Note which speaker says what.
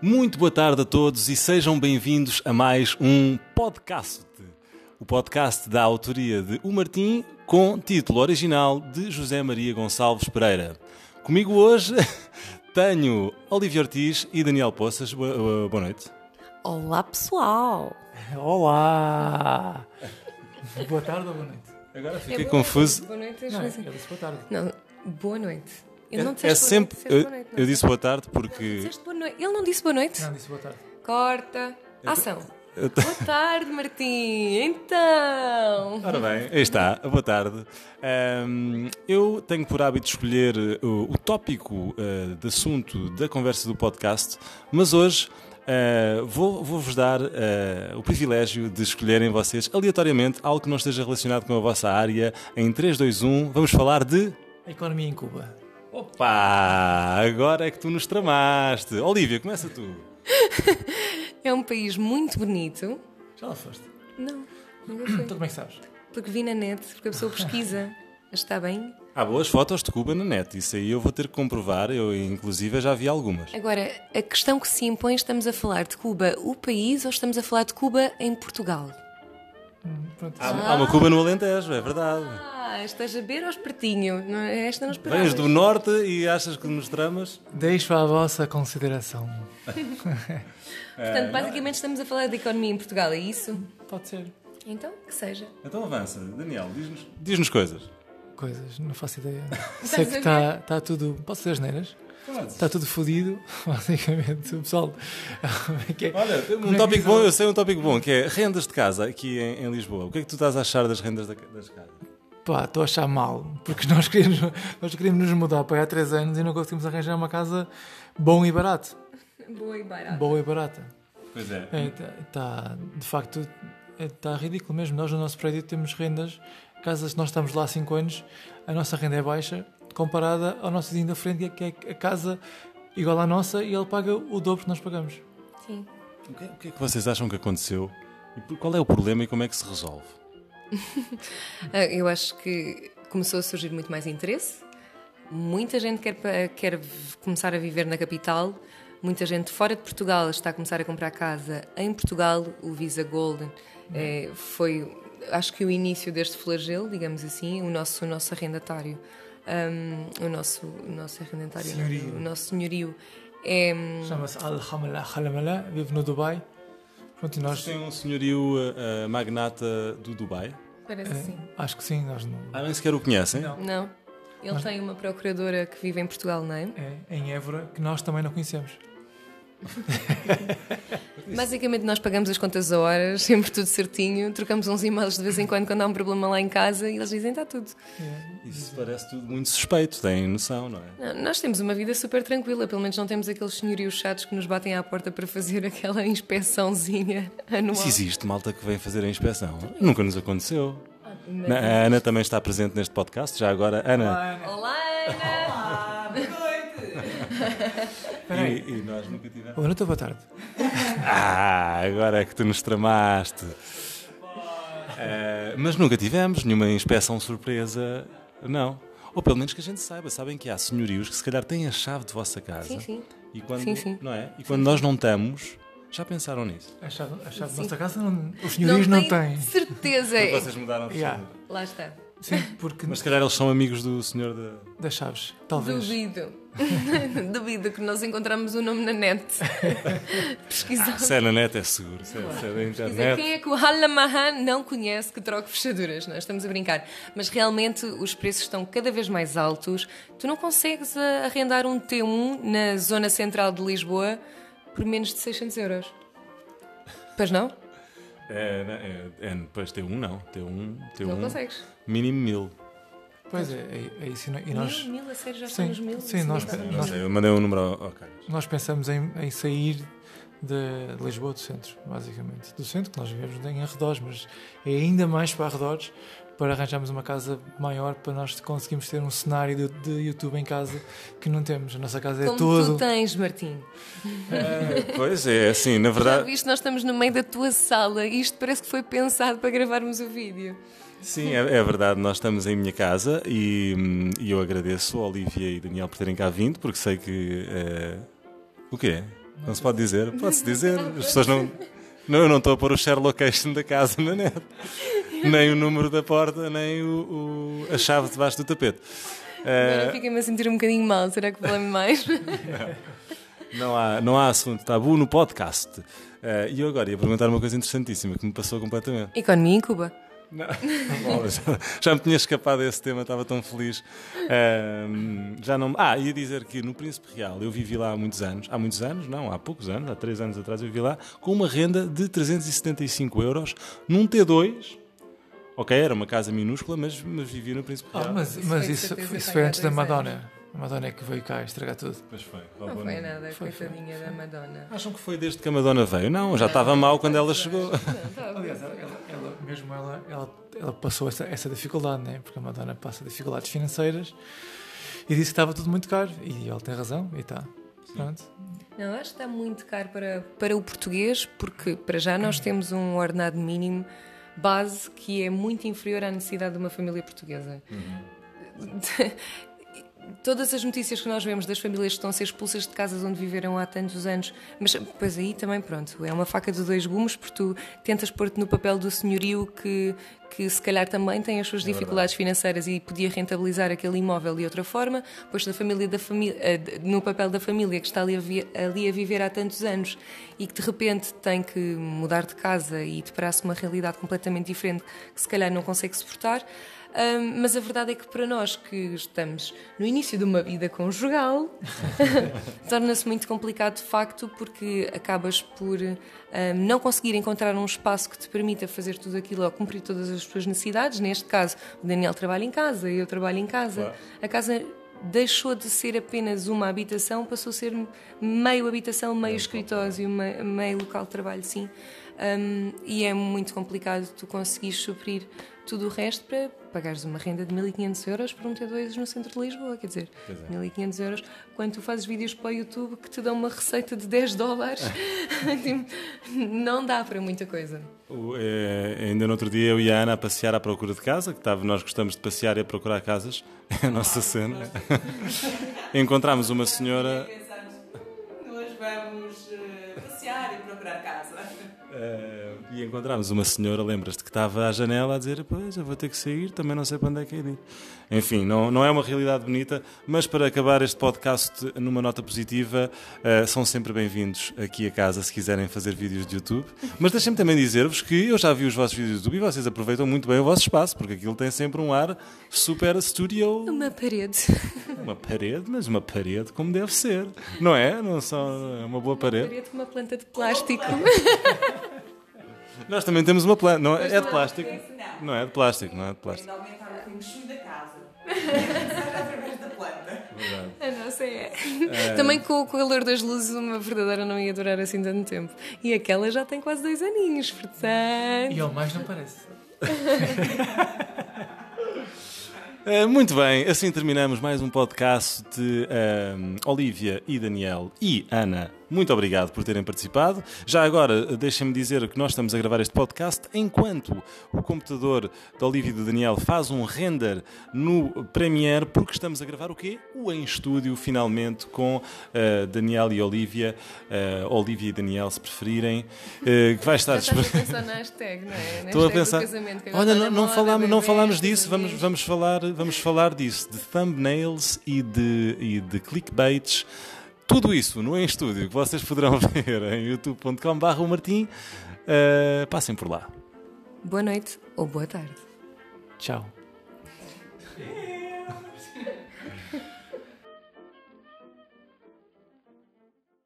Speaker 1: Muito boa tarde a todos e sejam bem-vindos a mais um podcast. O podcast da autoria de O Martim, com título original de José Maria Gonçalves Pereira. Comigo hoje tenho Olívia Ortiz e Daniel Poças. Boa, boa noite.
Speaker 2: Olá pessoal!
Speaker 3: Olá! boa tarde ou boa noite?
Speaker 1: Agora fiquei confuso.
Speaker 2: É Boa noite,
Speaker 3: Não, eu disse boa tarde.
Speaker 2: não, boa noite. Ele não disseste
Speaker 1: É
Speaker 2: boa
Speaker 1: sempre.
Speaker 2: noite, disseste
Speaker 1: Eu,
Speaker 2: boa noite, não. é?
Speaker 1: eu disse boa tarde porque.
Speaker 2: Disseste boa noite. Ele não disse boa noite?
Speaker 3: Não, disse boa tarde.
Speaker 2: Corta. Ação.
Speaker 1: eu tô-
Speaker 2: Boa tarde, Martim. Então.
Speaker 1: Ora bem, aí está, boa tarde. Ahm, eu tenho por hábito escolher eh, o, o tópico eh, de assunto da conversa do podcast, mas hoje eh, vou- vou-vos dar eh, o privilégio de escolherem vocês aleatoriamente algo que não esteja relacionado com a vossa área. Em 3, 2, 1, vamos falar de.
Speaker 3: A economia em Cuba.
Speaker 1: Opa! Agora é que tu nos tramaste. Olívia, começa tu.
Speaker 2: É um país muito bonito.
Speaker 3: Já lá foste.
Speaker 2: Não, nunca fui.
Speaker 3: Então como é que sabes?
Speaker 2: Porque vi na net, porque a pessoa pesquisa. Mas está bem.
Speaker 1: Há boas fotos de Cuba na net, isso aí eu vou ter que comprovar, eu inclusive já vi algumas.
Speaker 2: Agora, a questão que se impõe, estamos a falar de Cuba, o país, ou estamos a falar de Cuba em Portugal?
Speaker 3: Pronto.
Speaker 1: Há, há uma Cuba no Alentejo, é verdade.
Speaker 2: Ah, estás a ver ou espertinho? Não é? Esta não esperava.
Speaker 1: Vens do norte e achas que nos tramas?
Speaker 3: Deixo à vossa consideração.
Speaker 2: Portanto, basicamente estamos a falar de economia em Portugal, é isso?
Speaker 3: Pode ser.
Speaker 2: Então, que seja.
Speaker 1: Então avança, Daniel, diz-nos diz coisas.
Speaker 3: Coisas, não faço ideia. Sei que
Speaker 2: a
Speaker 3: está tá tudo. Posso dizer as neiras?
Speaker 1: Podes.
Speaker 3: Está tudo fodido, basicamente. O pessoal. Como é que é?
Speaker 1: Olha,
Speaker 3: Como é
Speaker 1: um
Speaker 3: que
Speaker 1: tópico
Speaker 3: diz
Speaker 1: bom,
Speaker 3: ela?
Speaker 1: eu sei um tópico bom, que é rendas de casa aqui em, em Lisboa. O que é que tu estás a achar das rendas da- das casas?
Speaker 3: Pá, estou a achar mal, porque nós queríamos, nós queríamos nos mudar para aí há 3 anos e não conseguimos arranjar uma casa bom e barato.
Speaker 2: Boa e barata.
Speaker 3: Boa e barata.
Speaker 1: Pois é.
Speaker 3: Está, tá, de facto, está ridículo mesmo. Nós no nosso prédio temos rendas, casas, nós estamos lá há 5 anos, a nossa renda é baixa, comparada ao nosso vizinho da frente, que é a casa igual à nossa e ele paga o dobro que nós pagamos.
Speaker 2: Sim.
Speaker 1: O que, o que é que vocês acham que aconteceu? E por- qual é o problema e como é que se resolve?
Speaker 2: Ah, Eu acho que começou a surgir muito mais interesse. Muita gente quer, pa- quer v- começar a viver na capital. Muita gente fora de Portugal está a começar a comprar casa em Portugal. O Visa Golden eh, foi, acho que, o início deste flagelo, digamos assim. O nosso, o nosso arrendatário, ahm, o, nosso, o nosso arrendatário, não,
Speaker 3: Senhorio.
Speaker 2: o nosso senhorio é. hum,
Speaker 3: Chama-se Al-Hamala Halamala, vive no Dubai. Pronto, e nós.
Speaker 1: Tem um senhorio eh, eh, magnata do Dubai.
Speaker 2: Parece
Speaker 3: eh, Acho que sim, nós não.
Speaker 1: Ah, nem sequer o conhecem?
Speaker 3: Não.
Speaker 2: Não. Ele tem uma procuradora que vive em Portugal, não é?
Speaker 3: É, em Évora, que nós também não conhecemos.
Speaker 2: Basicamente, nós pagamos as contas a horas, sempre tudo certinho, trocamos uns e-mails de vez em quando quando há um problema lá em casa e eles dizem está tudo.
Speaker 3: É.
Speaker 1: Isso parece tudo muito suspeito, têm noção, não é?
Speaker 2: Não, nós temos uma vida super tranquila, pelo menos não temos aqueles senhorios chatos que nos batem à porta para fazer aquela inspeçãozinha anual.
Speaker 1: Isso existe, malta que vem fazer a inspeção. Nunca nos aconteceu.
Speaker 2: mas-
Speaker 1: Na- a Ana também está presente neste podcast, já agora. Ana,
Speaker 2: Olá, Ana!
Speaker 3: Peraí.
Speaker 1: e, e nós nunca tivemos.
Speaker 3: Boa noite ou boa tarde?
Speaker 1: Ah, agora é que tu nos tramaste. Eh, mas nunca tivemos nenhuma inspeção surpresa, não. Ou pelo menos que a gente saiba. Sabem que há senhorios que se calhar têm a chave de vossa casa.
Speaker 2: Sim, sim.
Speaker 1: E quando,
Speaker 2: Sim, sim.
Speaker 1: Não é? E quando nós não estamos, já pensaram nisso?
Speaker 3: A chave, a chave da nossa casa, não, os senhorios não, têm.
Speaker 2: Certeza!
Speaker 1: Vocês mudaram de
Speaker 3: Yeah.
Speaker 1: senhor.
Speaker 2: Lá está.
Speaker 3: Sim, porque
Speaker 1: Mas se calhar eles são amigos do senhor da.
Speaker 3: das chaves, talvez.
Speaker 2: Duvido. Duvido que nós encontramos o nome na net. Pesquisar.
Speaker 1: Se é na net é seguro, se é, se é da
Speaker 2: Dizer,
Speaker 1: internet.
Speaker 2: quem é que o Halamahan não conhece que troque fechaduras? Nós estamos a brincar. Mas realmente os preços estão cada vez mais altos. Tu não consegues ah, arrendar um T1 na zona central de Lisboa por menos de 600 euros. Pois não?
Speaker 1: É, não, é, é, pois tem um não, tem um, tem
Speaker 2: Não
Speaker 1: um
Speaker 2: consegues.
Speaker 1: mínimo mil.
Speaker 3: Pois é, é, é isso. E no- E nós,
Speaker 2: Mil, mil, a sério, já
Speaker 3: Sim,
Speaker 2: estamos mil.
Speaker 3: sim, nós-
Speaker 2: Sim,
Speaker 1: Não sei, eu mandei um número ao, ao Carlos.
Speaker 3: nós pensamos em, em sair de Lisboa do centro, basicamente. Do centro que nós vivemos em arredores, mas é ainda mais para arredores para arranjarmos uma casa maior para nós conseguirmos ter um cenário de, de YouTube em casa que não temos. A nossa casa é
Speaker 2: Como tu
Speaker 3: todo.
Speaker 2: tens, Martim.
Speaker 1: Pois é, assim, na
Speaker 2: Já
Speaker 1: verdade,
Speaker 2: viste, nós estamos no meio da tua sala e isto parece que foi pensado para gravarmos o vídeo.
Speaker 1: sim, é, é verdade, nós estamos em minha casa e, hum, e eu agradeço a Olivia e Daniel por terem cá vindo, porque sei que. eh, o quê? Não se pode dizer? Pode-se dizer. As pessoas não. Não, eu não estou a pôr o share location da casa na net. Nem o número da porta, nem o, o- a chave debaixo do tapete.
Speaker 3: É.
Speaker 2: Agora fiquei-me a sentir um bocadinho mal, será que falei mais?
Speaker 1: Não há, não há assunto tabu no podcast. Eh, e eu agora ia perguntar uma coisa interessantíssima que me passou completamente.
Speaker 2: Economia em Cuba.
Speaker 1: Não. Bom, já, já me tinha escapado desse tema, estava tão feliz. Ahm, já não, ah, ia dizer que no Príncipe Real eu vivi lá há muitos anos. Há muitos anos, não, há poucos anos, há três anos atrás eu vivi lá com uma renda de 375 euros num T2. Ok, era uma casa minúscula, mas, mas vivia no Príncipe Real.
Speaker 3: Ah, mas
Speaker 2: Isso
Speaker 3: mas
Speaker 2: foi de
Speaker 3: isso,
Speaker 2: certeza
Speaker 3: isso
Speaker 2: foi
Speaker 3: foi
Speaker 2: há
Speaker 3: antes da
Speaker 2: dois
Speaker 3: Madonna. A Madonna é que veio cá estragar tudo.
Speaker 1: Mas foi,
Speaker 2: Não
Speaker 1: roubou-me.
Speaker 2: foi né? nada, coitadinha da Madonna.
Speaker 1: Acham que foi desde que a Madonna veio? Não, já estava mal quando ela chegou.
Speaker 3: Aliás, ela, ela- mesmo ela, ela, ela passou essa, essa dificuldade, né? porque a Madonna passa dificuldades financeiras e disse que estava tudo muito caro. E ela tem razão, e está. Pronto.
Speaker 2: Não, acho que está muito caro para, para o português, porque para já nós temos um ordenado mínimo base que é muito inferior à necessidade de uma família portuguesa. Todas as notícias que nós vemos das famílias que estão a ser expulsas de casas onde viveram há tantos anos, mas depois aí também, pronto, é uma faca de dois gumes, porque tu tentas pôr-te no papel do senhorio que, que se calhar também tem as suas dificuldades financeiras e podia rentabilizar aquele imóvel de outra forma, pois da família da família no papel da família que está ali a, vi- ali a viver há tantos anos e que de repente tem que mudar de casa e deparar-se com uma realidade completamente diferente que se calhar não consegue suportar. Hum, mas a verdade é que para nós que estamos no início de uma vida conjugal, torna-se muito complicado de facto, porque acabas por hum, não conseguir encontrar um espaço que te permita fazer tudo aquilo ou cumprir todas as tuas necessidades. Neste caso, o Daniel trabalha em casa, eu trabalho em casa.
Speaker 1: Claro.
Speaker 2: A casa deixou de ser apenas uma habitação, passou a ser meio habitação, meio escritório, me- meio local de trabalho, sim. Hum, e é muito complicado tu conseguires suprir tudo o resto para pagares uma renda de 1500 euros para um T2 no centro de Lisboa, quer dizer,
Speaker 1: Pois é.
Speaker 2: 1500 euros quando tu fazes vídeos para o YouTube que te dão uma receita de 10 dólares, tipo, não dá para muita coisa.
Speaker 1: O- eh, ainda no outro dia eu e a Ana a passear à procura de casa, que estava, nós gostamos de passear e a procurar casas, é a nossa cena. Encontramos uma senhora.
Speaker 4: é Pensamos, "Hum, nós vamos eh, passear e procurar casa.
Speaker 1: eh, e encontramos uma senhora, lembras-te, que estava à janela a dizer: Pois, eu vou ter que sair, também não sei para onde é que é de ir. Enfim, não, não é uma realidade bonita, mas para acabar este podcast numa nota positiva, eh, são sempre bem-vindos aqui a casa se quiserem fazer vídeos de YouTube. Mas deixem-me também dizer-vos que eu já vi os vossos vídeos de YouTube e vocês aproveitam muito bem o vosso espaço, porque aquilo tem sempre um ar super studio.
Speaker 2: Uma parede.
Speaker 1: Uma parede, mas uma parede como deve ser, não é? Não só é uma boa parede.
Speaker 2: parede com uma planta de plástico.
Speaker 1: Nós também temos uma planta, não é? É de
Speaker 2: não é
Speaker 1: plástico.
Speaker 4: Não.
Speaker 1: Não é de plástico, não é de plástico.
Speaker 4: Ainda aumentar um o remexo da casa. Começar através da planta.
Speaker 2: A nossa é. Também com o calor das luzes, uma verdadeira não ia durar assim tanto tempo. E aquela já tem quase dois aninhos, portanto.
Speaker 3: E ao mais não parece.
Speaker 1: Uh, muito bem, assim terminamos mais um podcast de um, Olivia e Daniel e Ana. Muito obrigado por terem participado. Já agora, uh, deixem-me dizer que nós estamos a gravar este podcast enquanto o computador da Olivia e do Daniel faz um render no Premiere, porque estamos a gravar o quê? O Em Estúdio, finalmente, com uh, Daniel e Olivia. Uh, Olivia e Daniel, se preferirem. uh, que vai estar
Speaker 2: Já estás a pensar na hashtag, não é? Na
Speaker 1: Estou a
Speaker 2: hashtag do
Speaker 1: pensar.
Speaker 2: casamento, que agora
Speaker 1: Olha,
Speaker 2: tá
Speaker 1: não,
Speaker 2: está na
Speaker 1: não
Speaker 2: moda, é
Speaker 1: falámos, não
Speaker 2: bebês,
Speaker 1: falámos disso. Vamos,
Speaker 2: bebês.
Speaker 1: vamos, falar, vamos falar disso, de thumbnails e de, e de clickbaits. Tudo isso no Em Estúdio que vocês poderão ver em youtube.com.br. Martim, Eh, passem por lá.
Speaker 2: Boa noite ou boa tarde.
Speaker 3: Tchau.